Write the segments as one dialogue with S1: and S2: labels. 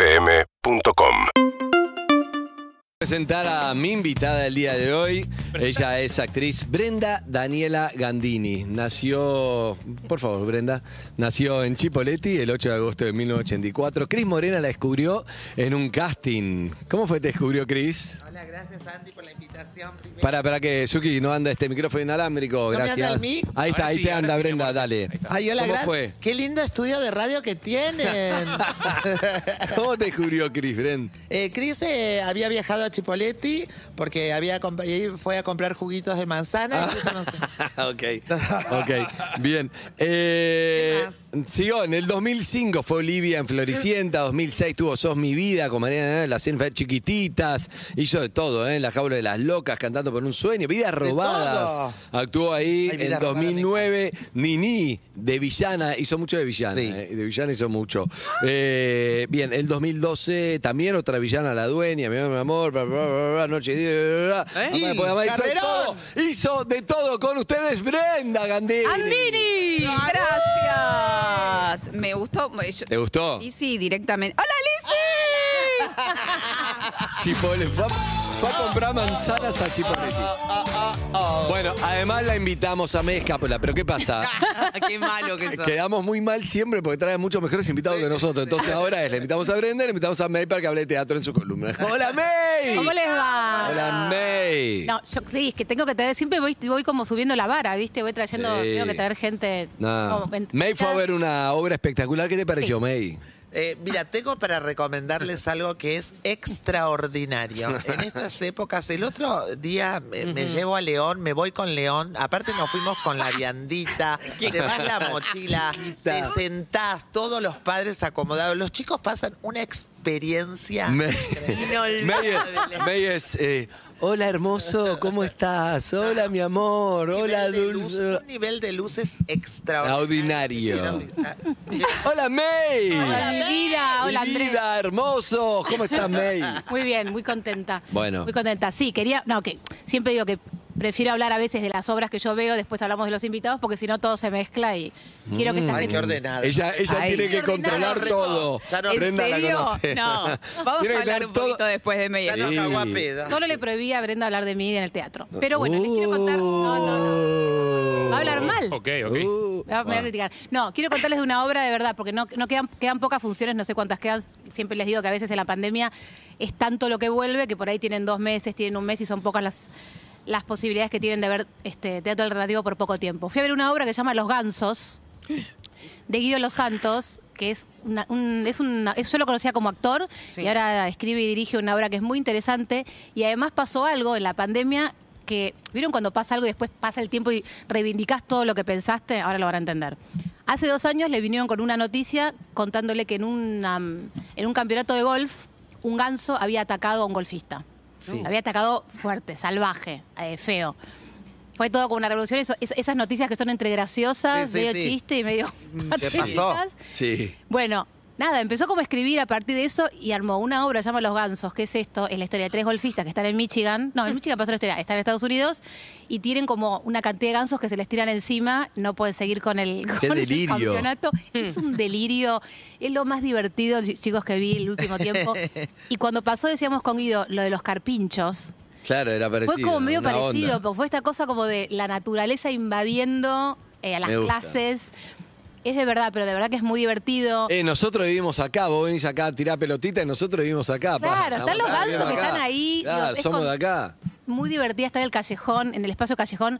S1: UrbanaPlayFM.com
S2: presentar a mi invitada del día de hoy. Ella es actriz Brenda Daniela Gandini. Nació, por favor, Brenda, nació en Chipoleti el 8 de agosto de 1984. Cris Morena la descubrió en un casting. ¿Cómo fue que te descubrió Cris?
S3: Hola, gracias Andy por la invitación. primero.
S2: Para, para que Suki no anda este micrófono inalámbrico,
S3: me anda
S2: gracias.
S3: el mic?
S2: Ahí está,
S4: Ahora
S2: ahí
S4: sí,
S2: te
S4: ahora
S2: anda
S4: sí, mi
S2: Brenda,
S4: amor, sí.
S2: dale.
S4: Ahí está.
S3: Ay, hola,
S2: ¿Cómo
S3: gra-
S2: fue?
S3: Qué lindo estudio de radio que tienen.
S2: ¿Cómo te descubrió Cris, Brenda?
S3: eh, Cris eh, había viajado a Chipoletti porque había comp- y fue a comprar juguitos de manzana. y yo no sé.
S2: ok, ok, bien. Eh, siguió, en el 2005 fue Olivia en Floricienta, 2006 tuvo Sos mi vida con Mariana, eh, las Enfer chiquititas, hizo de todo, eh, en La jaula de las locas, cantando por un sueño, Vidas robadas, actuó ahí
S3: Ay,
S2: en
S3: Vidas Robadas, me
S2: 2009, Nini de villana, hizo mucho de villana,
S3: Sí.
S2: eh, de villana hizo mucho. Eh, bien, el 2012 también otra villana, La dueña, mi amor, mi amor, bla, bla, bla, bla, noche, bla, bla, bla.
S3: ¿Eh?
S2: Mamá de Podamá hizo de
S3: ¡Carrerón!
S2: todo. Hizo de todo con ustedes Brenda Gandini.
S5: Andini, gracias. Me gustó. yo-
S2: ¿Te gustó?
S5: Y sí, directamente. ¡Hola, Lizzy!
S2: Chipole. Fue a, fue a comprar manzanas a Chipoleti. Bueno, además la invitamos a Mezcápola, pero ¿qué pasa?
S6: Qué malo que sos.
S2: Quedamos muy mal siempre porque trae muchos mejores invitados que nosotros. Entonces ahora es, le invitamos a Brenda y le invitamos a May para que hable de teatro en su columna. ¡Hola, May!
S7: ¿Cómo les va?
S2: ¡Hola, May!
S7: No, yo sí, es que tengo que traer, siempre voy, voy como subiendo la vara, ¿viste? Voy trayendo,
S2: Sí.
S7: tengo que traer gente.
S2: No.
S7: como en-
S2: May fue a ver una obra espectacular. ¿Qué te pareció, May?
S3: Eh, mira, tengo para recomendarles algo que es extraordinario. En estas épocas, el otro día me, me llevo a León, me voy con León. Aparte nos fuimos con la viandita, llevas la mochila, te sentás, todos los padres acomodados. Los chicos pasan una experiencia.
S2: May,
S6: Inolvidable.
S2: May es, May es, eh, hola hermoso, ¿cómo estás? Hola mi amor,
S3: Un
S2: hola
S3: nivel de luz-
S2: dulce.
S3: un nivel de luces extraordinario.
S2: Extraordinario. Hola May.
S7: Hola, mi vida, hola,
S2: Mi
S7: Andrés.
S2: vida, hermoso, ¿cómo estás May?
S7: Muy bien, muy contenta.
S2: Bueno.
S7: Muy contenta. Sí, quería, no, que siempre digo que prefiero hablar a veces de las obras que yo veo, después hablamos de los invitados, porque si no todo se mezcla y quiero que
S2: Mm.
S7: esta
S3: Ay, qué
S7: gente...
S3: ordenada.
S2: Ella, ella
S5: Ay.
S2: tiene que
S3: Qué ordenada,
S2: controlar
S3: Reco.
S2: todo.
S3: Ya no-
S5: ¿En
S2: Brenda la
S5: serio?
S2: conoce.
S5: No. Vamos
S2: Tiene que
S5: a hablar
S2: tener
S5: un
S2: todo-
S5: poquito después de media.
S3: Ya nos
S2: Sí.
S3: cagó a pedo.
S7: Solo le prohibí a Brenda hablar de mí en el teatro. Pero bueno, les quiero contar... No, no, no.
S2: no.
S7: Va a hablar mal.
S4: Ok, ok.
S7: Me
S2: Oh.
S7: va- me va a criticar. No, quiero contarles de una obra de verdad, porque no, no quedan, quedan pocas funciones, no sé cuántas quedan. Siempre les digo que a veces en la pandemia es tanto lo que vuelve que por ahí tienen dos meses, tienen un mes y son pocas las, las posibilidades que tienen de ver este, teatro alternativo por poco tiempo. Fui a ver una obra que se llama Los Gansos, de Guido Los Santos, que es una- un, es una- es- yo lo conocía como actor
S6: Sí.
S7: y ahora escribe y dirige una obra que es muy interesante y además pasó algo en la pandemia que, ¿vieron cuando pasa algo y después pasa el tiempo y reivindicás todo lo que pensaste? Ahora lo van a entender. Hace dos años le vinieron con una noticia contándole que en, una, mm, en un campeonato de golf un ganso había atacado a un golfista. Había atacado fuerte, salvaje, eh, feo. Fue todo como una revolución. eso- es- esas noticias que son entre graciosas,
S3: Sí, sí,
S7: medio
S3: sí.
S7: chiste y medio
S3: ¿Qué pasó?
S7: patéticas.
S2: Sí.
S7: Bueno, nada, empezó como a escribir a partir de eso y armó una obra, se llama Los Gansos, que es esto, es la historia de tres golfistas que están en Michigan. No, en Michigan pasó la historia, están en Estados Unidos y tienen como una cantidad de gansos que se les tiran encima, no pueden seguir con el,
S2: Qué
S7: con el
S2: delirio.
S7: campeonato. Es un delirio, es lo más divertido, chi- chicos, que vi el último tiempo. Y cuando pasó, decíamos con Guido, lo de los carpinchos.
S2: Claro, era parecido.
S7: Fue como medio
S2: una
S7: parecido,
S2: onda.
S7: porque fue esta cosa como de la naturaleza invadiendo eh, a las
S2: Me gusta.
S7: clases. Es de verdad, pero de verdad que es muy divertido.
S2: Eh, nosotros vivimos acá, vos venís acá a tirar pelotita y nosotros vivimos acá. pa.
S7: Claro, están los
S2: Estamos acá,
S7: gansos que
S2: acá.
S7: están ahí,
S2: Claro,
S7: los- es
S2: somos
S7: con-
S2: de acá.
S7: Muy divertida estar en el callejón, en el espacio callejón,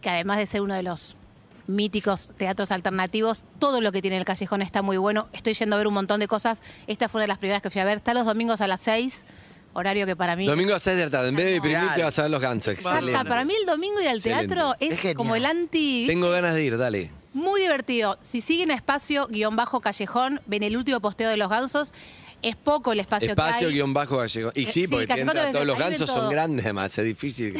S7: que además de ser uno de los míticos teatros alternativos, todo lo que tiene el callejón está muy bueno. Estoy yendo a ver un montón de cosas. Esta fue una de las primeras que fui a ver. Está los domingos a las 6, horario que para mí...
S2: Domingo a 6 de la tarde, en vez de deprimirte vas a ver los gansos.
S7: Saca,
S2: Excelente.
S7: para mí el domingo ir al
S2: Excelente.
S7: teatro
S3: Es
S7: es,
S3: genial.
S7: como el anti...
S2: Tengo ganas de ir, dale.
S7: Muy divertido. Si siguen a espacio guión bajo callejón, ven el último posteo de los gansos. Es poco el espacio, que
S2: Espacio
S7: hay.
S2: guión bajo gallego. Y
S7: Eh,
S2: sí,
S7: sí,
S2: porque te
S7: callejón
S2: entra
S7: todo
S2: todos
S7: eso,
S2: los
S7: ahí ven
S2: gansos son
S7: todo.
S2: grandes, además, es difícil.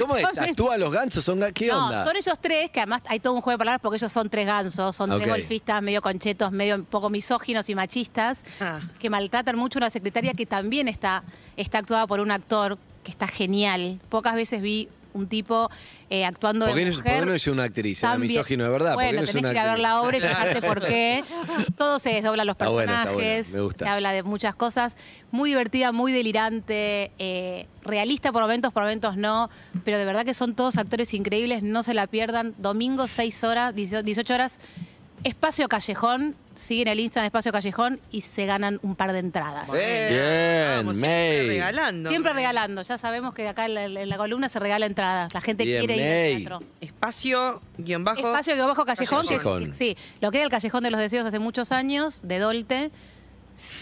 S2: ¿Cómo es?
S7: Exactamente.
S2: Actúan los gansos, son ga- ¿qué onda?
S7: No, son ellos tres, que además hay todo un juego de palabras porque ellos son tres gansos, son
S2: Ok.
S7: tres golfistas, medio conchetos, medio un poco misóginos y machistas, que maltratan mucho a una secretaria que también está, está actuada por un actor que está genial. Pocas veces vi un tipo eh, actuando
S2: ¿Por qué,
S7: de
S2: no,
S7: mujer.
S2: por qué no es una actriz? Era
S7: También-
S2: misógino de verdad. ¿Por qué
S7: Bueno,
S2: no es
S7: tenés
S2: una
S7: que ir a ver
S2: actriz?
S7: la obra y fijarte por qué. Todo se desdobla los
S2: Está bueno, está
S7: personajes.
S2: bueno, me gusta.
S7: Se habla de muchas cosas. Muy divertida, muy delirante, eh, realista por momentos, por momentos no. Pero de verdad que son todos actores increíbles. No se la pierdan. Domingo, 6 horas, 18 18 horas. Espacio Callejón. Siguen el Instagram de Espacio Callejón y se ganan un par de entradas.
S2: Bien,
S6: Vamos,
S2: May.
S6: siempre regalando.
S7: Siempre regalando. Ya sabemos que acá en la, en la columna se regala entradas. La gente
S2: Bien,
S7: quiere ir
S2: May.
S7: al teatro.
S6: Espacio, guión bajo.
S7: Espacio que bajo callejón,
S2: Callejón.
S7: que es- sí, lo que era el callejón de los deseos hace muchos años, de Dolte.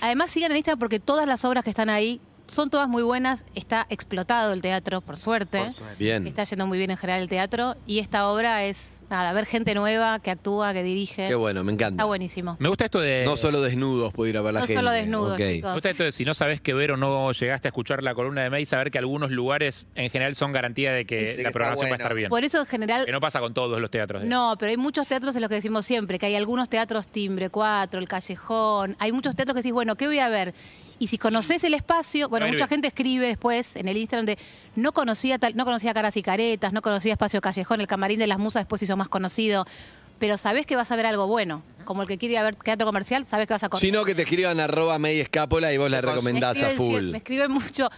S7: Además sigan en Instagram porque todas las obras que están ahí son todas muy buenas, está explotado el teatro, por suerte.
S2: Bien.
S7: Está yendo muy bien en general el teatro y esta obra es, nada, ver gente nueva que actúa, que dirige.
S2: Qué bueno, me encanta.
S7: Está buenísimo.
S4: Me gusta esto de.
S2: No solo desnudos puede ir a ver la
S7: No
S2: gente.
S7: solo desnudos,
S2: Ok.
S4: Me
S7: chicos.
S4: gusta esto de si no sabes qué ver o no llegaste a escuchar la columna de May, saber que algunos lugares en general son garantía de
S6: Sí,
S4: que
S6: que
S4: la
S6: está bueno.
S4: programación va a estar bien.
S7: Por eso en general
S4: Que no pasa con todos los teatros. digamos.
S7: No, pero hay muchos teatros en los que decimos siempre, que hay algunos teatros timbre, cuatro, el callejón, hay muchos teatros que decís, bueno, ¿qué voy a ver? Y si conoces el espacio, bueno,
S4: Ahí
S7: mucha
S4: vi.
S7: gente escribe después en el Instagram de no conocía tal, no conocía caras y caretas, no conocía espacio callejón, el camarín de las musas después se hizo más conocido, pero sabés que vas a ver algo bueno, como el que quiere ir a ver teatro comercial, sabés que vas a
S2: Si no, que te escriban arroba May Escápola y vos la
S7: me
S2: recomendás a
S7: escriben, sí,
S2: full.
S7: me escriben mucho.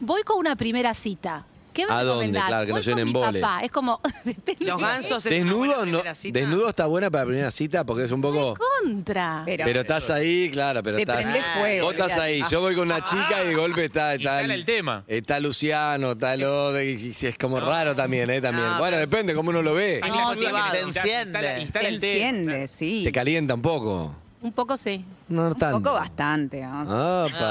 S7: Voy con una primera cita. ¿Qué me
S2: ¿A dónde?
S7: recomendás?
S2: Claro, que no
S7: Voy
S2: llenen
S7: con mi
S2: boles.
S7: papá. Es como, depende
S6: Los gansos. es una buena
S2: Desnudo, no,
S6: primera cita.
S2: desnudo está buena para la primera cita porque es un poco...
S7: contra.
S5: Pero,
S2: Pero estás ahí, claro, pero
S5: Te
S2: estás.
S5: prende fuego,
S2: Vos estás
S5: mirá.
S2: ahí. Yo voy con una chica y de golpe está.
S4: Y sale el tema.
S2: Está Luciano, está Lode. y- y- y Es como raro también, ¿eh? También. bueno, depende cómo uno lo ve.
S4: Hay
S3: No,
S4: las
S3: sí,
S4: dudas
S3: va,
S4: que necesitas,
S3: enciende.
S4: instala- instala
S5: te
S4: el tema.
S5: enciende, sí.
S2: Te calienta un poco.
S7: Un poco sí.
S2: No, no
S5: Un
S2: tanto.
S5: poco bastante, vamos.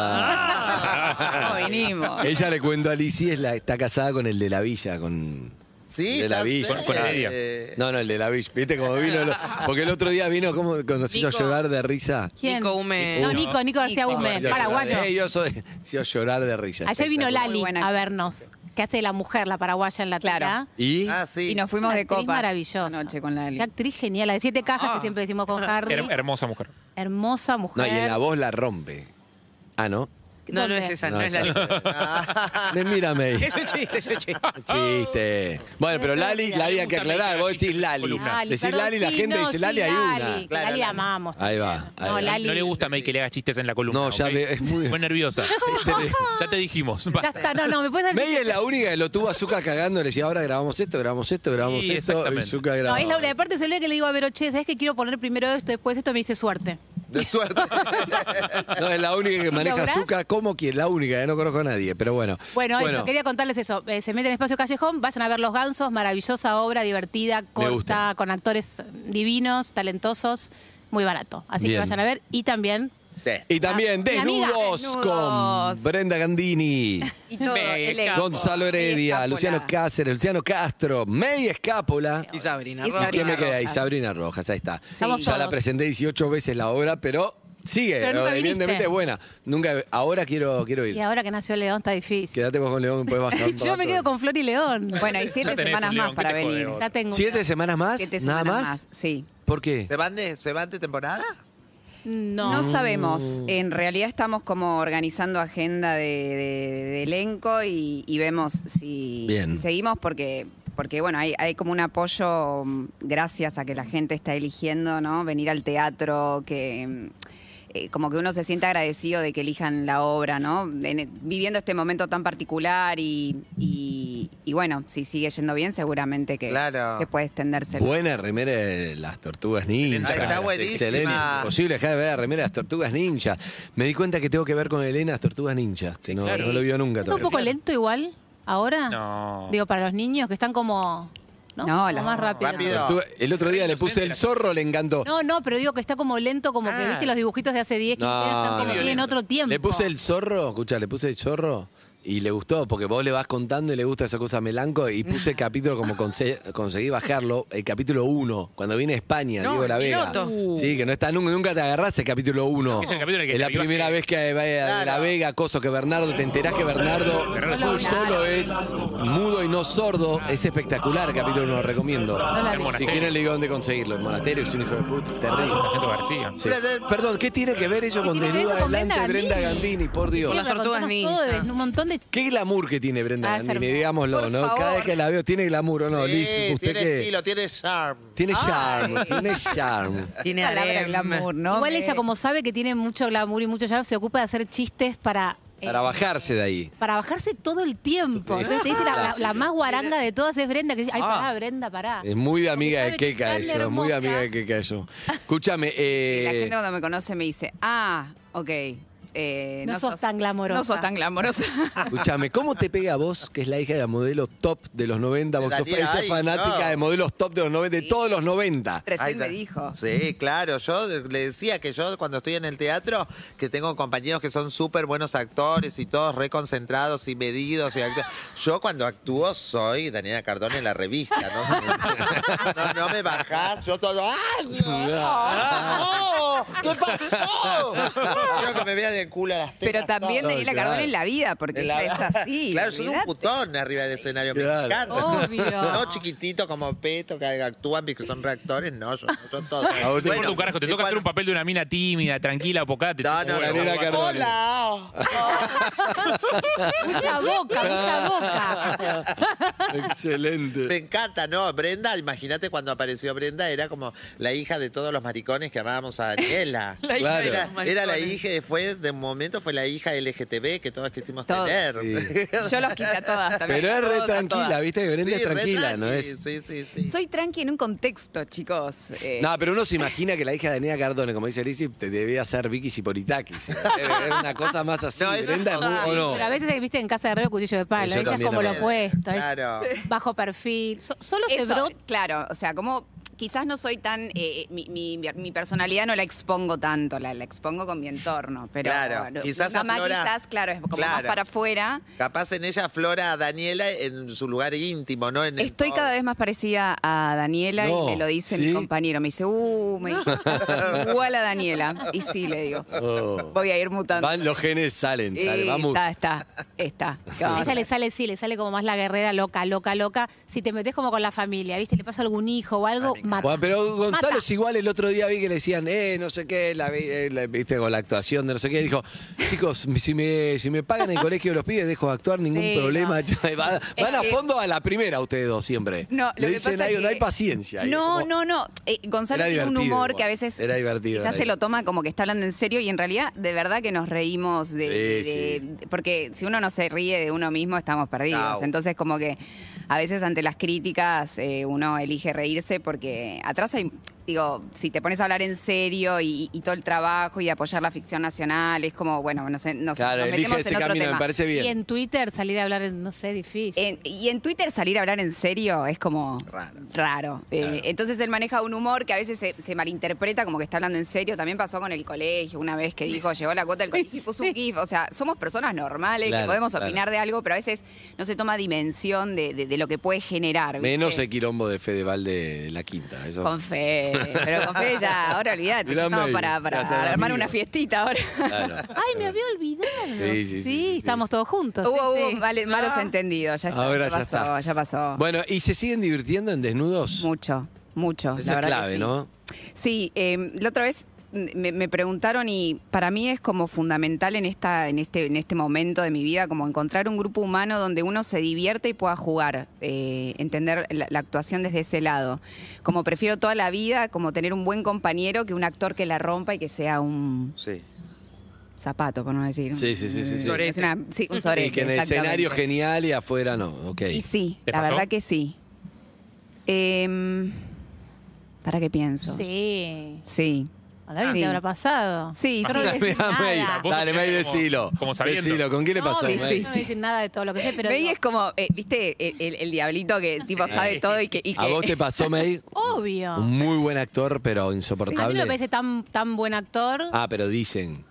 S2: Opa. Ah.
S5: No vinimos.
S2: Ella le cuento a Lizzie, es la- está casada con el de la villa, con.
S3: Sí,
S2: de la
S3: ya
S2: villa.
S3: sé.
S4: Con- con Heredia.
S3: Eh,
S2: No, no, el de la villa. ¿Viste cómo vino? lo- porque el otro día vino, ¿cómo nos hizo
S6: Nico.
S2: llorar de risa?
S7: ¿Quién?
S6: Nico Hume.
S7: No, Nico, Nico García
S5: Nico.
S7: Hume,
S2: Nos hizo
S7: paraguayo.
S2: llorar. Eh, yo soy. hizo llorar de risa.
S7: Ayer vino
S2: Espectacular.
S7: Lali
S5: Muy buena.
S7: a vernos, que hace la mujer, la paraguaya en la
S5: Claro.
S7: tela.
S2: ¿Y?
S3: Ah, sí.
S5: Y nos fuimos
S7: Una
S5: de
S7: actriz
S5: copas.
S7: maravillosa.
S5: Anoche con la
S7: Qué actriz genial, la de siete cajas que siempre decimos con Harry.
S4: Her- hermosa mujer.
S7: Hermosa
S2: Ah. No,
S7: mujer.
S2: y en la voz la rompe. Ah, ¿no.
S6: No, no
S7: ¿Dónde?
S6: es esa, no,
S2: No,
S6: es la
S2: esa-
S6: lista.
S2: Me mírame.
S6: Es un chiste, es un chiste.
S2: Chiste. Bueno, pero Lali, Lali hay que aclarar. Vos decís Lali.
S7: Lali,
S2: Decís
S7: perdón,
S2: Lali, la
S7: sí,
S2: gente
S7: no,
S2: dice
S7: sí,
S2: Lali, hay
S7: Lali,
S2: una.
S7: que
S3: Claro,
S7: Lali la
S3: Lali.
S7: amamos.
S2: Ahí va. ahí
S7: No,
S2: va.
S7: Lali.
S4: No le gusta
S3: sí,
S4: a May
S3: sí.
S4: que le haga chistes en la columna.
S2: No, ya
S4: ¿ok?
S2: ve- es muy-
S4: Se pone nerviosa. ya te dijimos.
S7: Ya
S4: basta.
S7: está, no, no, me puedes decir.
S2: May es la única que lo tuvo a Zucca cagando. Le decía, ahora grabamos esto, grabamos esto, grabamos esto. Y
S4: exactamente.
S2: Zucca
S7: No,
S2: grabó.
S7: es la única. Aparte, se ve que le digo a Vero, che, ¿sabes que quiero poner primero esto, después esto? Me dice suerte.
S3: De suerte.
S2: No, es la única que maneja
S7: ¿Lográs?
S2: Zucca como quien, la única, eh, no conozco a nadie, pero bueno.
S7: Bueno, eso, quería contarles eso. Eh, se meten en Espacio Callejón, vayan a ver Los Gansos, maravillosa obra, divertida, corta,
S2: gusta.
S7: con actores divinos, talentosos, muy barato. Así
S2: Bien.
S7: que vayan a ver. Y también,
S2: Y también
S7: Ah, mi amiga.
S2: Desnudos, con
S5: Desnudos.
S2: Brenda Gandini,
S5: Y todo,
S6: Venga,
S5: el equipo.
S2: Gonzalo
S5: Escápula.
S2: Heredia, Luciano Cáceres, Luciano Castro, May Escápola.
S6: Y Sabrina.
S5: Y
S6: Rojas.
S2: ¿Quién me
S5: Sabrina
S2: queda ahí?
S5: Rojas.
S2: Sabrina Rojas, ahí está.
S7: Estamos
S2: ya la
S7: todos.
S2: presenté 18 veces la obra, pero sigue.
S7: Pero nunca
S2: evidentemente
S7: viniste.
S2: es buena. Nunca, ahora quiero, quiero ir.
S7: y ahora que nació León, está difícil.
S2: Quédate vos con León, me puedes bajar. un
S7: Yo me
S2: rato.
S7: quedo con Flor y León.
S5: Bueno, hay siete
S4: tenés
S5: semanas
S4: un
S5: más
S4: león,
S5: para
S4: ¿qué te jode
S5: venir.
S4: vos?
S7: Ya tengo.
S2: ¿Siete semanas más?
S5: Siete
S2: ¿Nada
S5: semanas
S2: más?
S5: Sí.
S2: ¿Por qué?
S3: ¿Se van de, se van de temporada?
S7: Mm, No.
S5: No.
S2: Mm.
S5: sabemos. En realidad estamos como organizando agenda de, de- de elenco y, y vemos si,
S2: Bien.
S5: si seguimos porque porque bueno hay, hay como un apoyo mm, gracias a que la gente está eligiendo no venir al teatro que mm, eh, como que uno se siente agradecido de que elijan la obra, ¿no? En- viviendo este momento tan particular y, y- y bueno, si sigue yendo bien, seguramente que,
S3: Claro.
S5: que puede extenderse.
S2: Buena remera de las tortugas ninja.
S4: Excelente. Está
S3: buenísima.
S2: Excelente. Imposible dejar de ver la remera de las tortugas ninja. Me di cuenta que tengo que ver con Elena las tortugas ninja. Que no,
S4: claro.
S2: no lo vio nunca
S7: ¿Está un
S2: todavía.
S7: poco lento igual ahora?
S4: No.
S7: Digo, para los niños que están como. No,
S5: No,
S7: Como
S5: la-
S7: más rápido.
S3: Rápido.
S2: Tortuga- El otro día le puse el zorro, le encantó.
S7: No, no, pero digo que está como lento, como que
S4: Ah.
S7: viste los dibujitos de hace 10, 15 años,
S2: No,
S7: están como
S2: no, no.
S7: tienen otro tiempo.
S2: Le puse el zorro, escucha, le puse el zorro y le gustó, porque vos le vas contando y le gusta esa cosa melanco y puse el capítulo como conse- conseguí bajarlo, el capítulo 1, cuando viene a España,
S6: No,
S2: Diego La
S6: el
S2: Vega.
S6: piloto.
S2: Sí, que no está nunca, nunca te agarrás el capítulo 1.
S4: Es el capítulo en el que
S2: la
S4: te
S2: primera
S4: vivas
S2: vez que va a La Vega, coso que Bernardo, te enterás que Bernardo
S7: No lo
S2: solo es mudo y no sordo, es espectacular el capítulo 1, lo recomiendo.
S7: la vi.
S2: Si quieren le digo dónde conseguirlo, en monasterio, es un hijo de puta, es terrible.
S4: Sargento García.
S2: Sí. Perdón, ¿qué tiene que ver eso
S7: ¿Qué
S2: con
S7: tiene que ver
S2: Desnuda
S7: eso con
S2: Adelante
S7: Brenda
S2: Brenda
S7: Gandini?
S2: Gandini? Por Dios.
S6: Por las
S7: Ella,
S6: tortugas
S7: contanos
S6: ninja.
S7: todo de- Un montón de
S2: Qué glamour que tiene Brenda
S7: Ah, es
S2: Gandini,
S7: hermoso.
S2: digámoslo,
S5: Por
S2: ¿no? Cada
S5: favor.
S2: vez que la veo tiene glamour, ¿o no,
S3: Sí,
S2: Liz? ¿Usted
S3: tiene
S2: qué?
S3: estilo, tiene charm.
S2: Tiene
S5: Ay.
S2: charm, tiene charm.
S6: Tiene
S5: palabra
S6: harem.
S5: glamour, ¿no? Eh,
S7: Igual
S5: Me-
S7: ella, como sabe que tiene mucho glamour y mucho charm, se ocupa de hacer chistes para. eh,
S2: Para bajarse de ahí.
S7: para bajarse todo el tiempo.
S2: Es
S7: Entonces te dice la, la-
S2: clásico.
S7: la más guaranga de todas es Brenda, que dice, ay,
S6: Ah.
S7: pará, Brenda, pará.
S2: Es muy de amiga de
S7: sabe que es
S2: Keka
S7: tan
S2: eso, es muy de
S7: hermosa.
S2: amiga de Keka eso. Escúchame,
S5: Y la
S2: eh,
S5: gente cuando me conoce me dice, ah, ok. eh,
S7: No sos tan glamorosa.
S5: No sos tan glamorosa.
S2: escúchame, ¿cómo te pega a vos, que es la hija de la modelo top de los 90? Porque sos-
S3: Daría,
S2: ella es
S3: ay,
S2: fanática
S3: no.
S2: de modelos top de los 90, de todos los 90.
S5: Recién
S3: Ay,
S5: me
S3: da-
S5: dijo.
S3: Sí, claro. Yo de- le decía que yo cuando estoy en el teatro, que tengo compañeros que son súper buenos actores y todos reconcentrados y medidos. Y actu- yo cuando actúo soy Daniela Cardone en la revista, ¿no? No, no me bajás, yo todo... ¡Ay, no! ¿Qué pasó? Quiero que me vean el culo a las tetas.
S5: Pero también
S3: todo.
S2: de-
S5: Daniela
S2: claro.
S5: Cardone en la vida, porque
S3: En la-
S5: ella es así.
S3: Claro, sos un
S5: olvidate.
S3: putón arriba del escenario.
S2: Claro.
S3: Me encanta.
S7: Obvio.
S3: No chiquitito como Peto, que actúan porque son reactores. No, yo, yo todo.
S2: A vos te
S4: Bueno, tu carajo, te
S3: y
S4: toca hacer
S3: cuando-
S4: un papel de una mina tímida, tranquila, pocada. te
S3: No,
S4: chupa
S3: no,
S4: un
S3: no.
S4: huevo.
S2: Daniela Cardone.
S3: Hola.
S7: Mucha boca, mucha boca.
S3: Me
S2: Excelente.
S3: encanta, ¿no? Brenda, imagínate cuando apareció Brenda, era como la hija de todos los maricones que amábamos a Daniela.
S6: La hija
S2: Claro.
S6: de los
S3: Era, era la
S6: maricones.
S3: hija, fue, de momento fue la hija LGTB que todos quisimos
S5: Todos.
S3: tener.
S2: Sí.
S5: Yo los quité a todas también.
S2: Pero es
S5: Todos
S2: re
S5: a
S2: tranquila,
S5: todas.
S2: ¿viste? Que Brenda
S3: Sí,
S2: es
S3: re
S2: tranquila,
S3: tranqui,
S2: ¿no es?
S3: Sí, sí, sí.
S5: Soy tranqui en un contexto, chicos. Eh,
S2: No, pero uno se imagina que la hija de Daniela Cardone, como dice Lizzy, te debía ser Vicky Sipolitakis. Es una cosa más así.
S3: No, eso
S2: Brenda,
S3: es
S2: ¿o
S3: total.
S2: no?
S7: Pero a veces, viste, en casa de Herrero, cuchillo de palo.
S2: Yo
S7: Ella es
S2: también
S7: como
S2: la
S7: lo
S2: veo.
S7: opuesto. es
S3: Claro.
S7: bajo perfil. So- solo se
S5: eso,
S7: brota.
S6: eh,
S5: Claro, o sea, como quizás no soy tan. eh, mi, mi- mi personalidad no la expongo tanto, la, la expongo con mi entorno. Pero
S3: Claro,
S5: no,
S3: quizás
S5: mamá,
S3: aflora-
S5: quizás, claro, es como más
S3: Claro.
S5: para afuera.
S3: Capaz en ella aflora a Daniela en su lugar íntimo, ¿no? En el
S5: Estoy
S3: todo.
S5: cada vez más parecida a Daniela
S2: No,
S5: y me lo dice
S2: ¿sí?
S5: mi compañero. Me dice, uh, me estás igual a Daniela. Y sí, le digo,
S2: Oh.
S5: voy a ir mutando.
S2: Van, los genes salen, salen.
S5: Y
S2: Vamos.
S5: Está, está, está. ¿Qué
S7: A
S5: vamos a
S2: Ah.
S7: ella le
S5: hacer?
S7: sale, sí, le sale como más la guerrera loca, loca, loca. Si te metes como con la familia, ¿viste? Le pasa algún hijo o
S2: Ah,
S7: algo, mata.
S2: Bueno, pero Gonzalo
S7: Mata.
S2: es igual el otro día vi que le decían, eh, no sé qué, la, vi- eh, la- viste con la actuación de no sé qué. Dijo, chicos, si me, si me pagan el colegio de los pibes, dejo de actuar, ningún
S7: Sí,
S2: problema.
S7: no.
S2: van van a
S5: que-
S2: fondo a la primera ustedes dos siempre.
S5: No, lo
S2: Le
S5: que
S2: dicen,
S5: pasa
S2: "Ay,
S5: que-
S2: no hay paciencia. Y
S5: No,
S2: como-
S5: no, no. Eh, Gonzalo
S2: Era
S5: tiene un
S2: divertido
S5: humor
S2: igual.
S5: que a veces
S2: Era divertido,
S5: quizás
S2: era
S5: se lo
S2: divertido.
S5: toma como que está hablando en serio y en realidad de verdad que nos reímos de,
S2: Sí,
S5: de- porque si uno no se ríe de uno mismo estamos perdidos.
S3: Chau.
S5: Entonces como que a veces ante las críticas eh, uno elige reírse porque atrás hay digo, si te pones a hablar en serio y, y todo el trabajo y apoyar la ficción nacional es como bueno, no sé, nos,
S2: Claro,
S5: nos
S2: elige
S5: metemos
S2: ese
S5: en otro
S2: camino,
S5: tema.
S2: me parece
S7: Y
S2: bien.
S7: en Twitter salir a hablar, no sé, difícil.
S5: En- y en Twitter salir a hablar en serio es como
S3: Raro.
S5: raro. Eh, entonces él maneja un humor que a veces se, se malinterpreta como que está hablando en serio. También pasó con el colegio una vez que dijo, llegó la cuota del colegio y puso un GIF. O sea, somos personas normales
S2: Claro,
S5: que podemos
S2: claro.
S5: opinar de algo, pero a veces no se toma dimensión de, de- de lo que puede generar. ¿viste?
S2: Menos el quilombo de Fedeval de la quinta. Eso.
S5: Con fe, pero con fe ya, ahora olvídate,
S2: Mirá,
S5: no,
S2: May,
S5: para,
S2: se
S5: para
S2: hacen
S5: armar
S2: amigos.
S5: una fiestita ahora.
S2: Claro.
S7: Ay, me había olvidado.
S2: eh. Sí, sí, sí, sí, sí.
S7: estamos todos juntos. sí,
S5: Hubo, hubo
S7: sí.
S5: vale- malos entendidos, ya está,
S2: Ah. Ahora
S5: ya
S2: ya
S5: pasó,
S2: está.
S5: ya pasó.
S2: Bueno, ¿y se siguen divirtiendo en desnudos?
S5: Mucho, mucho.
S2: Eso
S5: la
S2: es
S5: verdad que
S2: clave,
S5: sí.
S2: ¿no?
S5: Sí, eh, la otra vez mm, me, me preguntaron y para mí es como fundamental en esta en este en este momento de mi vida como encontrar un grupo humano donde uno se divierte y pueda jugar eh, entender la, la actuación desde ese lado como prefiero toda la vida como tener un buen compañero que un actor que la rompa y que sea un
S3: Sí.
S5: zapato por no decir
S2: Sí, sí, sí, sí, sí.
S5: Es una- sí, un sorete,
S2: Y que en el escenario
S5: exactamente.
S2: genial y afuera no. Ok.
S5: y sí
S4: ¿Te
S5: la
S4: pasó?
S5: verdad que sí Em, para qué pienso
S7: Sí.
S5: sí
S7: Ahora bien,
S5: Sí.
S7: te habrá pasado.
S5: Sí,
S7: Yo
S5: sí.
S7: no voy a decir
S2: Ah, May,
S7: nada.
S4: Vos
S2: Dale, May,
S4: como-
S2: decilo.
S4: como sabiendo.
S2: Decilo, ¿con quién le
S7: No,
S2: pasó?
S5: May?
S7: sí, sí, no voy a decir nada de todo lo que sé, pero
S5: May
S7: digo,
S5: es como, eh, viste, el, el- el diablito que tipo sabe todo y que... y
S2: ¿A
S5: que-
S2: vos te pasó, May?
S7: obvio.
S2: Un muy buen actor, pero
S7: A mí no
S2: insoportable.
S7: me parece tan, tan buen actor.
S2: Ah, pero dicen.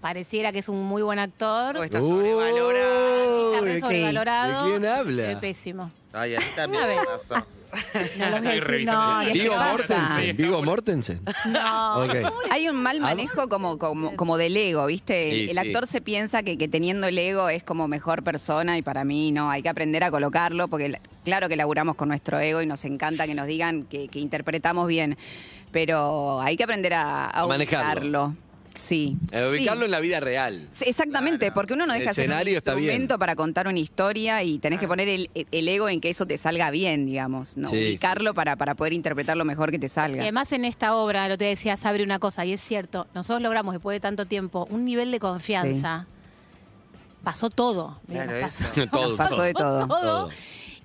S7: Pareciera que es un muy buen actor.
S6: O está
S2: Uy,
S6: sobrevalorado.
S7: Está re
S2: ¿de
S7: sobrevalorado.
S2: quién
S7: Es
S2: habla?
S7: pésimo.
S3: Ay, a mí también
S7: Una
S3: me
S7: vez.
S3: pasó.
S7: No lo voy a
S4: Estoy
S7: decir,
S4: revisando.
S7: no.
S4: Ay,
S7: ¿qué
S2: Vigo
S7: pasa?
S2: Mortensen. Vigo Mortensen.
S7: No.
S2: Ok.
S5: Hay un mal
S2: ¿A vos?
S5: manejo como, como, como del ego, ¿viste? El,
S2: Sí,
S5: el
S2: sí.
S5: actor se piensa que, que teniendo el ego es como mejor persona y para mí no, hay que aprender a colocarlo porque la- claro que laburamos con nuestro ego y nos encanta que nos digan que, que interpretamos bien, pero hay que aprender a, a
S2: A manejarlo.
S5: ubicarlo. Sí.
S2: Eh,
S5: sí.
S2: ubicarlo en la vida real.
S5: Sí, Exactamente, porque uno no
S2: El
S5: deja de ser un
S2: escenario está bien.
S5: instrumento para contar una historia y tenés que poner el, e-, el ego en que eso te salga bien, digamos, ¿no?
S2: Sí,
S5: Ubicarlo Para, para poder interpretar lo mejor que te
S7: Y
S5: salga.
S7: además en esta obra, lo te decía Sabri una cosa, y es cierto, nosotros logramos después de tanto tiempo un nivel de confianza. Pasó todo.
S3: Claro,
S7: digamos, pasó,
S3: eso.
S2: Todo,
S5: Pasó
S2: todo.
S5: de todo.
S2: Todo.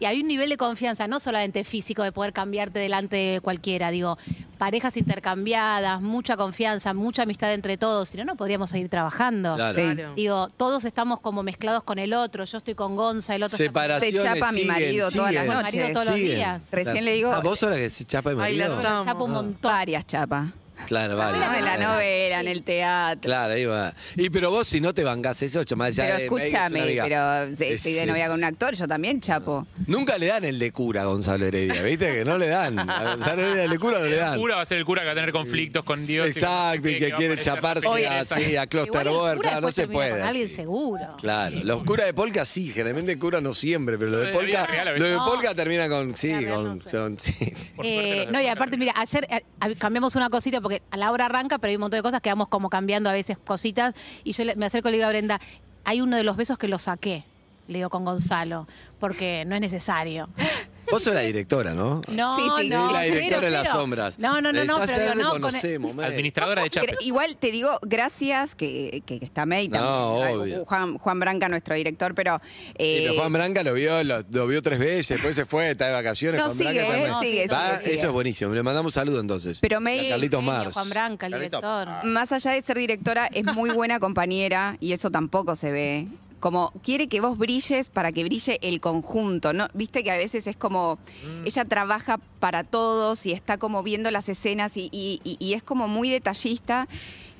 S7: Y hay un nivel de confianza, no solamente físico, de poder cambiarte delante de cualquiera, digo, parejas intercambiadas, mucha confianza, mucha amistad entre todos, si no, no podríamos seguir trabajando.
S2: Claro.
S5: Sí.
S6: Claro.
S7: Digo, todos estamos como mezclados con el otro, yo estoy con Gonza, el otro está con-
S2: Separaciones
S5: Se chapa a mi
S2: siguen,
S5: marido todas
S2: siguen,
S5: las
S7: Mi marido
S5: noches.
S7: todos los
S2: siguen.
S7: días.
S5: Recién le digo-
S2: Ah, ¿Vos sos la que se chapa de
S6: Ay,
S2: marido?
S6: las amo.
S2: Ah.
S7: Chapo un montón.
S5: Varias chapas.
S2: Claro, vale.
S5: No, en Ah, la novela, en el teatro.
S2: Claro, ahí va. Y pero vos si no te vangás eso, chamás, ya
S5: Pero
S2: eh, Meg es una
S5: escúchame,
S2: amiga.
S5: pero si
S2: Es-
S5: estoy de novia
S2: es-
S5: con un actor, yo también chapo.
S2: Nunca le dan el de cura a Gonzalo Heredia, ¿viste? Que no le dan. A Gonzalo Heredia el de cura no le dan.
S4: El cura va a ser el cura que va a tener conflictos con Dios. y
S2: Exacto, y
S4: sí,
S2: que
S4: va a
S2: quiere
S4: aparecer
S2: chaparse
S4: Oye,
S2: así a
S7: Igual el
S2: Klosterboer,
S7: cura
S2: claro, no
S7: después
S2: se
S7: termina
S2: puede.
S7: Con alguien
S2: así.
S7: seguro.
S2: Claro, los curas de Polka sí, generalmente el cura no siempre, pero los de
S4: Lo de la vida
S2: Polka,
S4: real, a
S2: los de
S7: veces.
S2: Polka termina con sí,
S7: La real
S2: con,
S7: no sé.
S2: con- sí, sí.
S4: Por suerte
S7: Eh,
S4: los de
S7: no, y
S4: Polka
S7: aparte, mira, ayer eh, hab- cambiamos una cosita porque a la hora arranca, pero hay un montón de cosas que vamos como cambiando a veces cositas. Y yo le- me acerco y le digo a Brenda, hay uno de los besos que lo saqué, le digo con Gonzalo, porque no es necesario.
S2: Vos sos la directora, ¿no?
S7: No,
S5: Sí, sí,
S7: no,
S2: Es la
S7: cero,
S2: directora de las
S7: cero.
S2: sombras.
S7: No, no, no,
S2: Eh,
S7: no,
S2: ya
S7: pero
S2: se
S7: digo, no, con-
S2: reconocemos, Meg.
S4: Administradora de
S5: Gra-
S4: Chapes.
S5: Igual te digo, gracias, que, que, que está May también.
S2: No,
S5: Ay,
S2: obvio.
S5: Juan, Juan Branca, nuestro director, pero...
S2: Sí,
S5: eh,
S2: pero Juan Branca lo vio, lo, lo vio tres veces, después se fue, está de vacaciones.
S5: No,
S2: Juan
S5: sigue,
S2: Branca
S5: eh,
S2: también.
S5: sigue,
S2: Va,
S5: sigue, sigue.
S2: Eso es buenísimo. Le mandamos un saludo entonces.
S5: Pero Meg-
S2: Y a Carlitos
S7: Genio,
S2: Mars.
S7: Juan Branca, el
S3: Carlito.
S7: director.
S5: Más allá de ser directora, es muy buena compañera y eso tampoco se ve. Como quiere que vos brilles para que brille el conjunto, ¿no? Viste que a veces es como ella trabaja para todos y está como viendo las escenas y, y- y- y es como muy detallista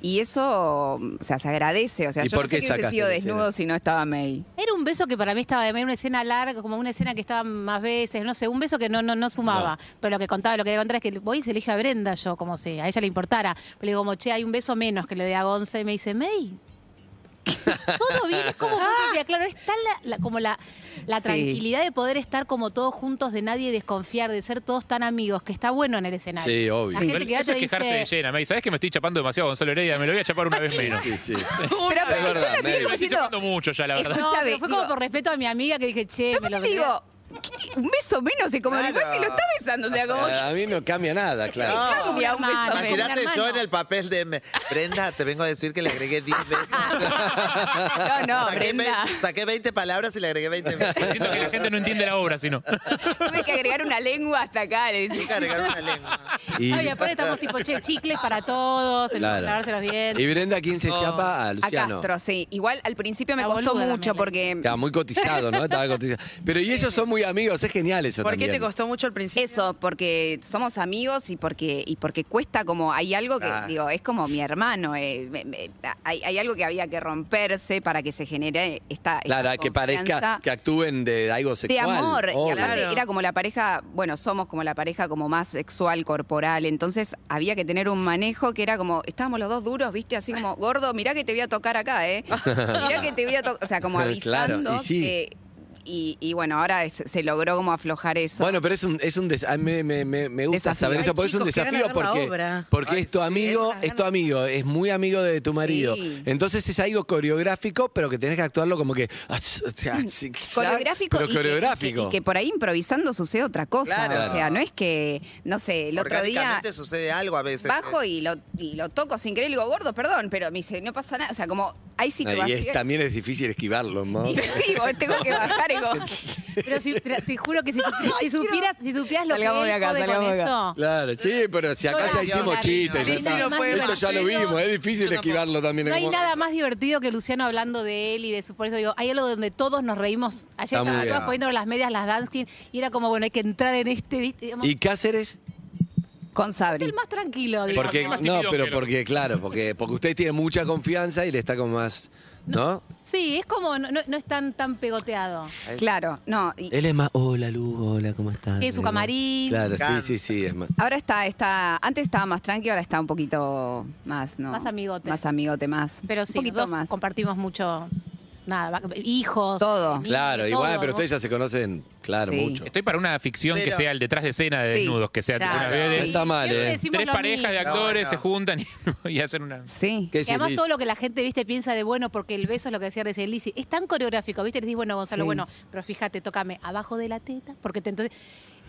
S5: y eso, o sea, se agradece. O sea,
S2: ¿Y
S5: yo
S2: por
S5: no sé
S2: qué
S5: que hubiese
S2: sacaste
S5: sido
S2: la escena?
S5: desnudo si no estaba May.
S7: Era un beso que para mí estaba de medio una escena larga, como una escena que estaba más veces, no sé, un beso que no, no, no sumaba. Pero lo que contaba, lo que quería contar es que voy y se elige a Brenda yo, como si a ella le importara. Pero le digo, como, che, hay un beso menos que le de a Gonza y me dice, May. Todo bien, es como mucho, día, claro, es tal la, la- como la, la
S5: Sí.
S7: tranquilidad de poder estar como todos juntos, de nadie desconfiar, de ser todos tan amigos, que está bueno en el escenario.
S2: Sí,
S7: La
S2: obvio.
S5: Sí.
S7: gente que ya
S4: Eso
S7: te
S4: es quejarse de
S7: dice,
S4: llena, May. ¿Sabes que me estoy chapando demasiado a Gonzalo Heredia? Me lo voy a chapar una vez menos.
S2: Sí, sí.
S5: Pero aparte
S2: verdad, May.
S5: yo la miro como
S4: Me estoy
S5: diciendo,
S4: chapando mucho ya, la verdad.
S7: no,
S5: Chávez,
S7: pero fue como
S5: digo-
S7: por respeto a mi amiga que dije, che,
S5: pero
S7: me lo
S5: aparte
S7: creo".
S5: digo, ¿qué ti- un beso menos es como
S3: Claro.
S5: igual si lo está besando, o sea, como...
S2: A mí no cambia nada, claro.
S5: Claro,
S7: como
S5: mira, un
S7: hermano,
S5: beso
S7: como un
S5: menos.
S3: Imagínate yo
S7: hermano.
S3: en el papel de me- Brenda, te vengo a decir que le agregué 10 veces.
S5: No, no,
S3: saqué, ve-
S5: Brenda.
S3: saqué 20 palabras y le agregué 20 veces.
S4: Siento que la gente no entiende la obra, sino.
S5: Tuve que agregar una lengua hasta acá, le
S3: Tengo
S5: decía.
S3: que agregar una lengua.
S2: Y,
S7: Ay, aparte estamos tipo, che, chicles para todos, el
S2: Claro.
S7: lavarse los
S2: y
S7: dientes.
S2: Brenda, ¿quién se chapa? A
S5: A
S2: Luciano.
S5: Castro, sí. Igual al principio me
S7: La
S5: costó
S7: boluda
S5: mucho
S7: también
S5: porque
S2: Estaba muy cotizado, ¿no? Estaba cotizado. Pero y ellos son muy amigos, es genial eso
S6: ¿Por qué
S2: también.
S6: te costó mucho al principio?
S5: eso, porque somos amigos y porque y porque cuesta como hay algo que
S3: Claro.
S5: digo es como mi hermano, eh, me- me- hay, hay algo que había que romperse para que se genere esta, esta
S2: Claro, que parezca
S5: confianza
S2: que actúen de algo
S5: de
S2: sexual.
S5: amor y
S2: obvio.
S5: aparte
S6: Claro.
S5: era como la pareja, bueno, somos como la pareja como más sexual corporal, entonces había que tener un manejo que era como estábamos los dos duros, viste, así como gordo, mirá que te voy a tocar acá, eh, mirá que te voy a tocar, o sea, como
S2: Claro,
S5: avisando
S2: y sí.
S5: que- y, y bueno, ahora es- se logró como aflojar eso.
S2: Bueno, pero es un, es un des- a mí me, me- me gusta
S5: Desafío.
S2: saber
S5: Ay,
S2: eso, porque es un
S6: chicos, qué
S2: desafío
S6: ganas de ver la
S2: porque,
S6: obra.
S2: porque
S3: Ay,
S2: es tu
S3: sí,
S2: amigo,
S6: ganas.
S2: es tu amigo, es muy amigo de tu marido.
S5: Sí.
S2: Entonces es algo coreográfico, pero que tenés que actuarlo como que ah,
S5: Mm, coreográfico
S2: pero
S5: y que-
S2: coreográfico.
S5: y Que, y que por ahí improvisando sucede otra cosa.
S3: Claro.
S5: O sea, no es que, no sé, el otro día
S3: Orgánicamente sucede algo a veces.
S5: bajo y lo, y lo toco sin querer y digo, gordo, perdón, pero me dice, no pasa nada. O sea, como hay
S2: Ah, y es-
S5: situaciones.
S2: también es difícil esquivarlo, ¿no?
S5: Y sí, vos tengo que bajar y digo,
S7: Pero si, pero te juro que si, supieras- si supieras, si supieras lo
S5: Salgamos
S7: que
S5: de
S7: él
S5: acá,
S7: jode con
S5: salgamos de acá.
S7: eso.
S2: Claro, sí, pero si acá
S7: Yo
S2: ya
S7: la-
S2: hicimos
S7: yo-
S2: chistes, ya
S7: Sí,
S2: está.
S7: sí, no puede
S2: eso ya lo
S6: Marcelo.
S2: vimos, es
S6: Yo
S2: difícil
S6: tampoco.
S2: esquivarlo también.
S7: No hay
S2: como-
S7: nada más divertido que Luciano hablando de él y de su. Por eso digo, hay algo donde todos nos reímos.
S2: Está
S7: Ayer
S2: muy
S7: estaban
S2: bien.
S7: todas poniendo las medias, las dancing, y era como, bueno, hay que entrar en este, ¿viste? Digamos,
S2: ¿Y Cáceres?
S5: con
S7: es el
S5: Sabri.
S7: más tranquilo, digo.
S2: Porque,
S4: más
S2: no,
S4: tímido
S2: pero
S4: que los-
S2: porque, claro, porque, porque usted tiene mucha confianza y le está como más, ¿no?
S7: Sí, es como, no, no- no es tan, tan pegoteado.
S5: Claro, no. y-
S2: Él es más, hola Lu, hola, ¿cómo estás?
S7: Tiene su camarín.
S2: Claro, sí,
S3: Can-
S2: sí, sí, es más.
S5: Ahora está, está, antes estaba más tranqui, ahora está un poquito más, ¿no?
S7: Más amigote.
S5: Más amigote, más.
S7: Pero
S5: un
S7: sí,
S5: poquito
S7: nosotros
S5: más.
S7: compartimos mucho nada, va- hijos.
S5: Todo.
S7: niños,
S2: Claro, igual,
S7: todo,
S2: pero
S7: ¿no?
S2: ustedes ya se conocen, claro,
S5: Sí.
S2: mucho.
S4: Estoy para una ficción que
S6: Pero-
S4: sea el detrás de escena de
S5: Sí,
S4: desnudos, que sea tipo
S6: claro.
S4: una vez de-
S2: Sí. está mal,
S7: Siempre
S2: ¿eh?
S7: decimos
S4: tres
S7: lo
S4: parejas de
S7: mismo.
S4: actores
S3: No,
S4: se
S3: bueno.
S4: juntan y, y hacen una.
S5: Sí.
S2: ¿Qué
S7: Y además
S2: decís?
S7: todo lo que la gente, viste, piensa de bueno, porque el beso es lo que decía recién Lizzy, es tan coreográfico, viste, le decís, bueno, Gonzalo,
S5: Sí.
S7: bueno, pero fíjate, tócame abajo de la teta, porque te entonces...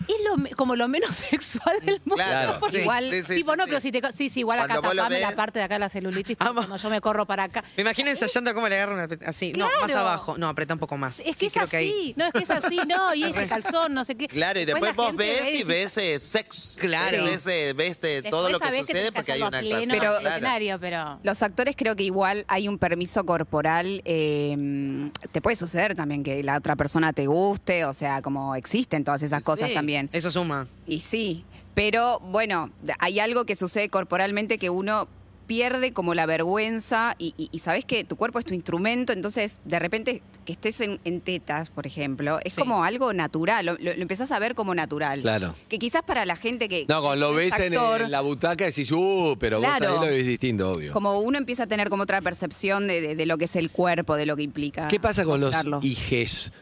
S7: Es lo, me- como lo menos sexual del mundo.
S3: Claro,
S7: porque
S6: sí,
S7: igual,
S3: sí, sí,
S7: tipo,
S3: sí,
S7: no,
S3: sí.
S7: pero si te... co- Sí, sí, igual acá
S3: Cuando vos lo
S7: tapame la
S3: ves-
S7: parte de acá la celulitis, porque
S6: Amo.
S7: cuando yo me corro para acá.
S6: Me imagino ensayando cómo le agarra una pet- así. No, más
S7: Claro.
S6: abajo. No, aprieta un poco más.
S7: Es que
S6: Sí,
S7: es
S6: creo
S7: así,
S6: que ahí.
S7: no, es que es así, no, y es el calzón, no sé qué.
S3: Claro, y después
S7: la
S3: vos
S7: gente
S3: ves
S7: ve
S3: y ves eh, sexo.
S6: Claro.
S3: Ves, eh, ves eh, todo
S7: después
S3: lo que
S7: sabés
S3: sucede
S7: tenés
S3: porque hay
S7: hacerlo
S3: una
S7: a pleno
S3: actuación.
S7: en
S5: Pero-
S7: el escenario, pero...
S5: Los actores creo que igual hay un permiso corporal. eh, te puede suceder también que la otra persona te guste, o sea, como existen todas esas cosas
S6: Sí,
S5: también.
S6: Eso suma.
S5: Y sí, pero bueno, hay algo que sucede corporalmente que uno pierde como la vergüenza y, y- y sabes que tu cuerpo es tu instrumento, entonces de repente que estés en, en tetas, por ejemplo, es
S6: Sí.
S5: como algo natural, lo, lo- lo empezás a ver como natural.
S2: Claro.
S5: Que quizás para la gente que...
S2: No, cuando lo
S5: que es
S2: ves en,
S5: actor,
S2: en la butaca decís, uh, pero
S5: Claro.
S2: vos ahí lo ves distinto, obvio.
S5: Como uno empieza a tener como otra percepción de, de- de lo que es el cuerpo, de lo que implica.
S2: ¿Qué pasa con los
S5: mostrarlo.
S2: hijes?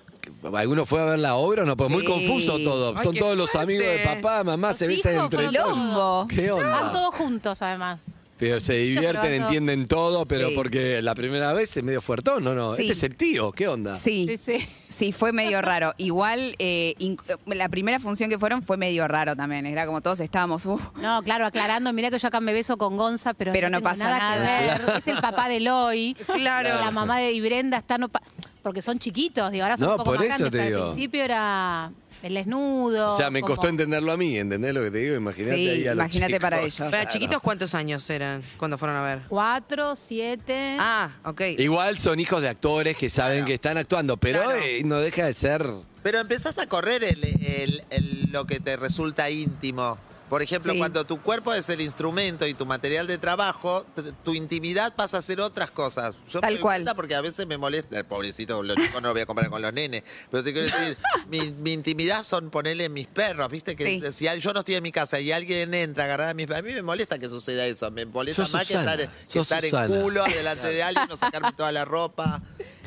S2: ¿Alguno fue a ver la obra o no? Pues muy
S5: Sí.
S2: confuso todo.
S6: Ay,
S2: Son
S6: qué
S2: todos los
S6: fuerte.
S2: amigos de papá, mamá, se
S7: Los
S2: besan
S7: hijos
S2: entre
S7: son todos.
S2: todos.
S5: Quilombo.
S2: ¿Qué
S7: Van
S2: onda?
S7: todos juntos, además.
S2: Pero se divierten,
S7: probando.
S2: entienden todo, pero
S5: Sí.
S2: porque la primera vez es medio fuertón, ¿no? no.
S5: Sí.
S2: Este es el tío, ¿qué onda?
S5: Sí.
S7: Sí, sí.
S5: Sí, fue medio raro. Igual, eh, inc- la primera función que fueron fue medio raro también. Era como todos estábamos, uh,
S7: No, claro, aclarando, mirá que yo acá me beso con Gonza, pero,
S5: Pero no
S7: tengo
S5: pasa
S7: que
S5: nada.
S7: ver. Es el papá de Loy.
S6: Claro.
S7: La mamá de y Brenda está no pa- porque son chiquitos, digo, ahora son
S2: No,
S7: un poco
S2: por
S7: más
S2: eso
S7: grandes,
S2: te
S7: pero
S2: digo.
S7: al principio era el desnudo.
S2: O sea, me
S7: como-
S2: costó entenderlo a mí, ¿entendés lo que te digo? Imagínate
S5: Sí,
S2: ahí a los
S5: imagínate
S2: chicos.
S5: para ellos.
S6: Para chiquitos, ¿cuántos años eran cuando fueron a ver?
S7: Cuatro, siete.
S6: Ah, ok.
S2: Igual son hijos de actores que saben que están actuando, pero
S6: Claro.
S2: eh, no deja de ser.
S3: Pero empezás a correr el- el- el- lo que te resulta íntimo. Por ejemplo,
S5: Sí.
S3: cuando tu cuerpo es el instrumento y tu material de trabajo, t- tu intimidad pasa a ser otras cosas. Yo
S5: Tal
S3: me doy
S5: cual.
S3: cuenta porque a veces me molesta, eh, pobrecito, los chicos no lo voy a comparar con los nenes, pero te quiero decir, mi, mi intimidad son ponerle mis perros, ¿viste? Que
S5: Sí.
S3: si al- yo no estoy en mi casa y alguien entra a agarrar a mis perros, a mí me molesta que suceda eso, me molesta
S2: Sos
S3: más
S2: Susana,
S3: que estar, que
S2: sos
S3: estar en
S2: Susana.
S3: culo delante de alguien, no sacarme toda la ropa.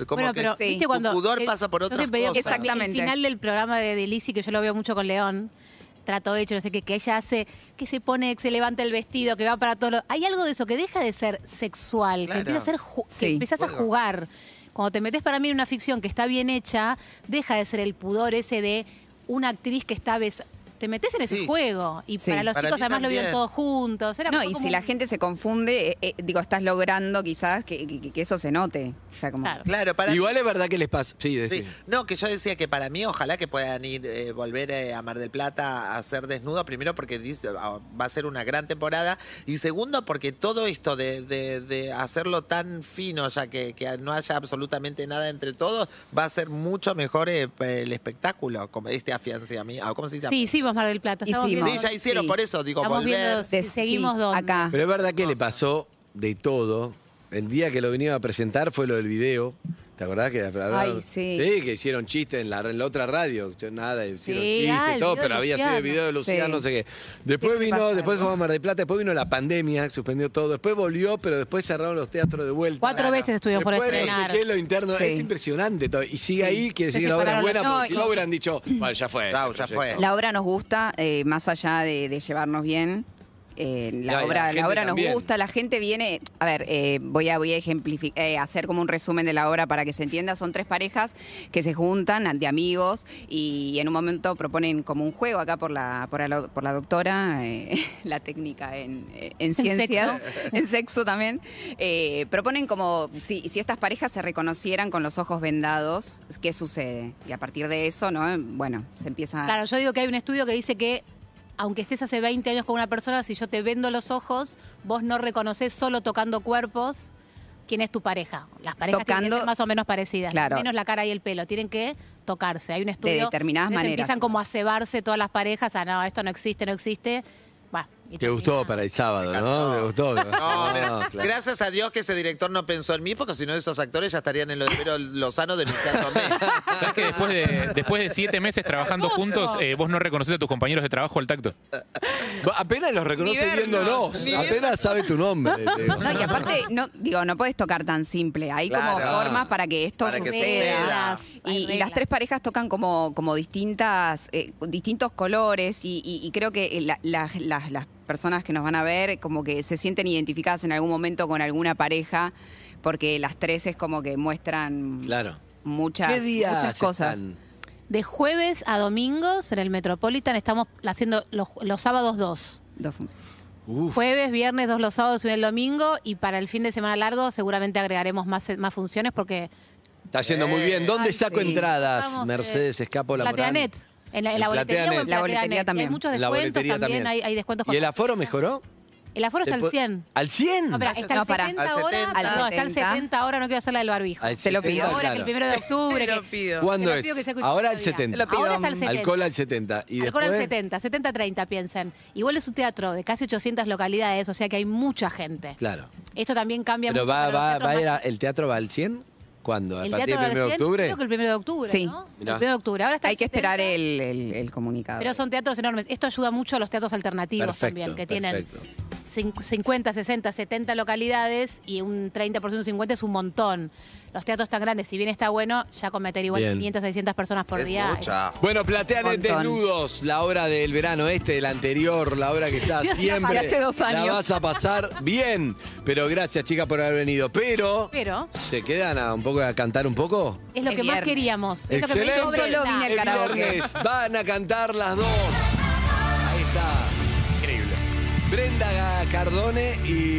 S3: Como
S7: bueno,
S3: que
S7: pero
S5: sí.
S7: viste
S5: tu
S7: cuando
S3: tu pudor
S7: el-
S3: pasa por
S7: yo
S3: otras
S7: siempre digo
S3: cosas.
S7: que
S5: Exactamente.
S7: El final del programa de, de Lizzy, que yo lo veo mucho con León, trato hecho, no sé qué, que ella hace, que se pone, que se levanta el vestido, que va para todo. lo- Hay algo de eso que deja de ser sexual,
S3: Claro.
S7: que empieza a ser ju- que
S5: Sí.
S7: empezás a jugar. Cuando te metes para mí en una ficción que está bien hecha, deja de ser el pudor ese de una actriz que está bes- Te metes en ese
S3: Sí.
S7: juego. Y
S5: Sí.
S7: para los
S3: Para
S7: chicos
S3: mí
S7: además lo vieron
S3: también.
S7: todos juntos. Era
S5: No,
S7: como-
S5: y si
S7: como
S5: la
S7: un-
S5: gente se confunde, eh, eh, digo, estás logrando quizás que, que- que eso se note. O sea, como.
S7: Claro.
S3: Claro, para
S2: Igual es verdad que les pasa. Sí,
S3: Sí.
S2: decime.
S3: No, que yo decía que para mí ojalá que puedan ir, eh, volver eh, a Mar del Plata a ser desnudo, primero porque dice, ah, va a ser una gran temporada, y segundo porque todo esto de, de- de hacerlo tan fino, ya que, que no haya absolutamente nada entre todos, va a ser mucho mejor eh, el espectáculo, como este afianzamiento, ¿cómo se dice?
S7: Sí, hicimos Mar del Plata. estamos
S5: Hicimos.
S7: viendo-
S3: Sí, ya hicieron,
S5: sí.
S3: por eso digo,
S7: Estamos
S3: volver.
S7: viendo- Si seguimos dónde.
S5: Acá.
S2: Pero es verdad que le pasó de todo. El día que lo venía a presentar fue lo del video. ¿Te acordás que hablaron?
S5: Ay, sí.
S2: que hicieron chistes en la, en la otra radio. Nada, hicieron
S7: Sí,
S2: chistes,
S7: ah, el
S2: todo,
S7: video
S2: pero
S7: de
S2: había sido el
S7: Luciano.
S2: video de Luciano,
S5: Sí.
S2: no sé qué. Después
S5: Siempre
S2: vino,
S5: pasa
S2: después
S5: algo.
S2: fue a Mar del Plata, después vino la pandemia, suspendió todo, después volvió, pero después cerraron los teatros de vuelta.
S7: Cuatro veces estuvimos por
S2: Después no sé
S7: estrenar.
S2: qué, lo interno,
S5: Sí.
S2: es impresionante todo. Y sigue ahí, quiere
S7: Se
S2: decir que la obra es
S7: separaron
S2: buena,
S7: las-
S2: porque
S5: No,
S2: si
S5: y-
S2: no hubieran dicho, bueno, ya fue.
S3: Chau,
S2: este
S3: ya
S2: proyecto".
S3: fue.
S5: La obra nos gusta, eh, más allá de, de llevarnos bien. eh,
S2: Ya, y
S5: la,
S2: la
S5: obra, la,
S2: gente
S5: obra nos
S2: también.
S5: gusta, la gente viene. A ver, eh, voy a, voy a ejemplific- eh, hacer como un resumen de la obra para que se entienda. Son tres parejas que se juntan de amigos y, en un momento proponen como un juego acá por la, por la, por la doctora, eh, la técnica en, eh, en ciencias, en sexo también. Eh, proponen como si, si estas parejas se reconocieran con los ojos vendados, ¿qué sucede? Y a partir de eso, ¿no? Bueno, se empieza.
S7: Claro, yo digo que hay un estudio que dice que aunque estés hace 20 años con una persona, si yo te vendo los ojos, vos no reconoces solo tocando cuerpos quién es tu pareja. Las parejas tienen que
S5: Tocando-
S7: ser más o menos parecidas,
S5: Claro.
S7: menos la cara y el pelo, tienen que tocarse. Hay un estudio
S5: determinadas
S7: entonces
S5: maneras.
S7: Empiezan como a cebarse todas las parejas, a no, esto no existe, no existe. Bah,
S2: Te
S7: y termina-
S2: gustó para el sábado, ¿no? Te gustó.
S3: No,
S2: No,
S3: pero
S2: claro.
S3: gracias a Dios que ese director no pensó en mí, porque si no esos actores ya estarían en lo de Pero Lozano denunciándome.
S4: ¿Sabes que después de, después de siete meses trabajando
S7: Hermoso.
S4: juntos, eh, vos no reconoces a tus compañeros de trabajo al tacto?
S2: Apenas los reconoce
S6: vernos,
S2: viéndonos.
S6: ni
S2: Apenas sabe tu nombre. te digo.
S5: No, y aparte, no, digo, no puedes tocar tan simple. Hay
S3: Claro.
S5: como formas para que esto
S3: Para que
S5: suceda.
S3: suceda.
S5: Y-
S7: Hay
S5: Y, las
S7: reglas.
S5: tres parejas tocan como, como distintas, eh, distintos colores y, y- y creo que eh, la- la- las- las personas que nos van a ver como que se sienten identificadas en algún momento con alguna pareja porque las tres es como que muestran
S2: Claro.
S5: muchas,
S2: días
S5: muchas cosas.
S2: están?
S7: De jueves a domingos en el Metropolitan estamos haciendo los, los sábados dos.
S5: Dos funciones.
S2: Uf,
S7: Jueves, viernes, dos los sábados y el domingo. Y para el fin de semana largo seguramente agregaremos más, más funciones porque...
S2: está yendo muy bien. ¿Dónde
S5: Ay,
S2: saco
S5: sí.
S2: entradas?
S7: Vamos,
S2: Mercedes
S7: eh,
S2: Escapo Lambrán.
S7: Plateanet. En la, en la
S2: En
S7: boletería o en
S2: Plateanet.
S5: La boletería
S7: Plateanet. Y
S5: también.
S7: Hay muchos
S2: En la
S7: descuentos
S2: boletería
S7: también.
S2: también.
S7: Hay, hay descuentos. con-
S2: ¿Y el aforo mejoró?
S7: El aforo está
S2: ¿Se
S7: al
S2: puede-
S7: 100.
S2: ¿Al 100?
S7: No, pero está
S5: No,
S7: al
S5: pará.
S7: 70
S3: Al
S7: ahora.
S3: 70.
S7: No, está al 70 ahora, no quiero hacer la del barbijo.
S2: Al
S5: Se lo
S2: 70,
S5: pido.
S7: Ahora que el
S2: claro.
S7: primero de octubre.
S6: Te lo
S7: que-
S6: pido.
S2: ¿Cuándo
S7: Te lo
S2: es?
S7: pido que sea
S2: Ahora al
S7: custodia.
S2: 70.
S5: Te lo pido,
S7: Ahora está al
S5: mm,
S7: 70.
S2: Alcohol al 70. Y
S7: Alcohol al
S2: después,
S7: 70, 70-30 piensen. Igual es un teatro de casi 800 localidades, o sea que hay mucha gente.
S2: Claro.
S7: Esto también cambia
S2: Pero
S7: mucho.
S2: va,
S7: para los
S2: va,
S7: teatros
S2: va a ir
S7: más-
S2: a- ¿El teatro va al 100? ¿Cuándo? ¿A
S7: el
S2: partir
S7: teatro
S2: del 1 de
S7: recién,
S2: octubre?
S7: Creo que el 1 de octubre,
S5: Sí.
S7: ¿no?
S2: Mirá.
S7: El 1 de octubre. Ahora está
S5: Hay
S7: al
S5: que esperar
S7: 70,
S5: el, el- el comunicado.
S7: Pero son teatros enormes. Esto ayuda mucho a los teatros alternativos también, que tienen
S2: perfecto.
S7: cin- 50, 60, 70 localidades y un 30%, un 50 es un montón. Los teatros tan grandes, si bien está bueno, ya con meter igual
S2: Bien.
S7: 500, 600 personas por
S3: Es
S7: día. es-
S3: mucha.
S2: Bueno, Plateanet
S5: Montón.
S2: Desnudos, la obra del verano este, del anterior, la obra que está siempre.
S5: hace dos años.
S2: La vas a pasar bien. Pero gracias, chicas, por haber venido. Pero,
S7: Pero
S2: ¿se quedan a un poco a cantar un poco?
S7: es lo
S5: El
S7: que más
S5: viernes.
S7: queríamos. Es lo que
S2: Excelente.
S7: pedimos
S5: Yo solo
S7: Brenda.
S5: vine al
S2: El
S5: karaoke.
S2: viernes van a cantar las dos. Ahí está. Increíble. Brenda Cardone y,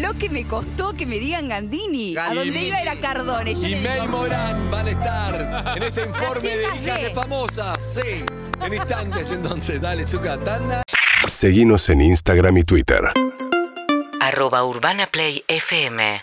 S5: Lo que me costó que me digan Gandini. A
S2: Gandini.
S5: donde iba era Cardone. Yo
S2: y
S5: le digo,
S2: May Morán van a estar en este informe de
S7: citas
S2: hijas
S7: de.
S2: de famosas. Sí. En instantes entonces, dale, Zuka, tanda.
S1: Seguimos en Instagram y Twitter.
S8: arroba Urbana Play FM